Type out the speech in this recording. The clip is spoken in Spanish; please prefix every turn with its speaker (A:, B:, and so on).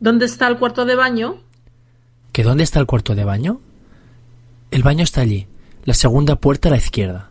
A: ¿Dónde está el cuarto de baño?
B: ¿Que dónde está el cuarto de baño? El baño está allí, la segunda puerta a la izquierda.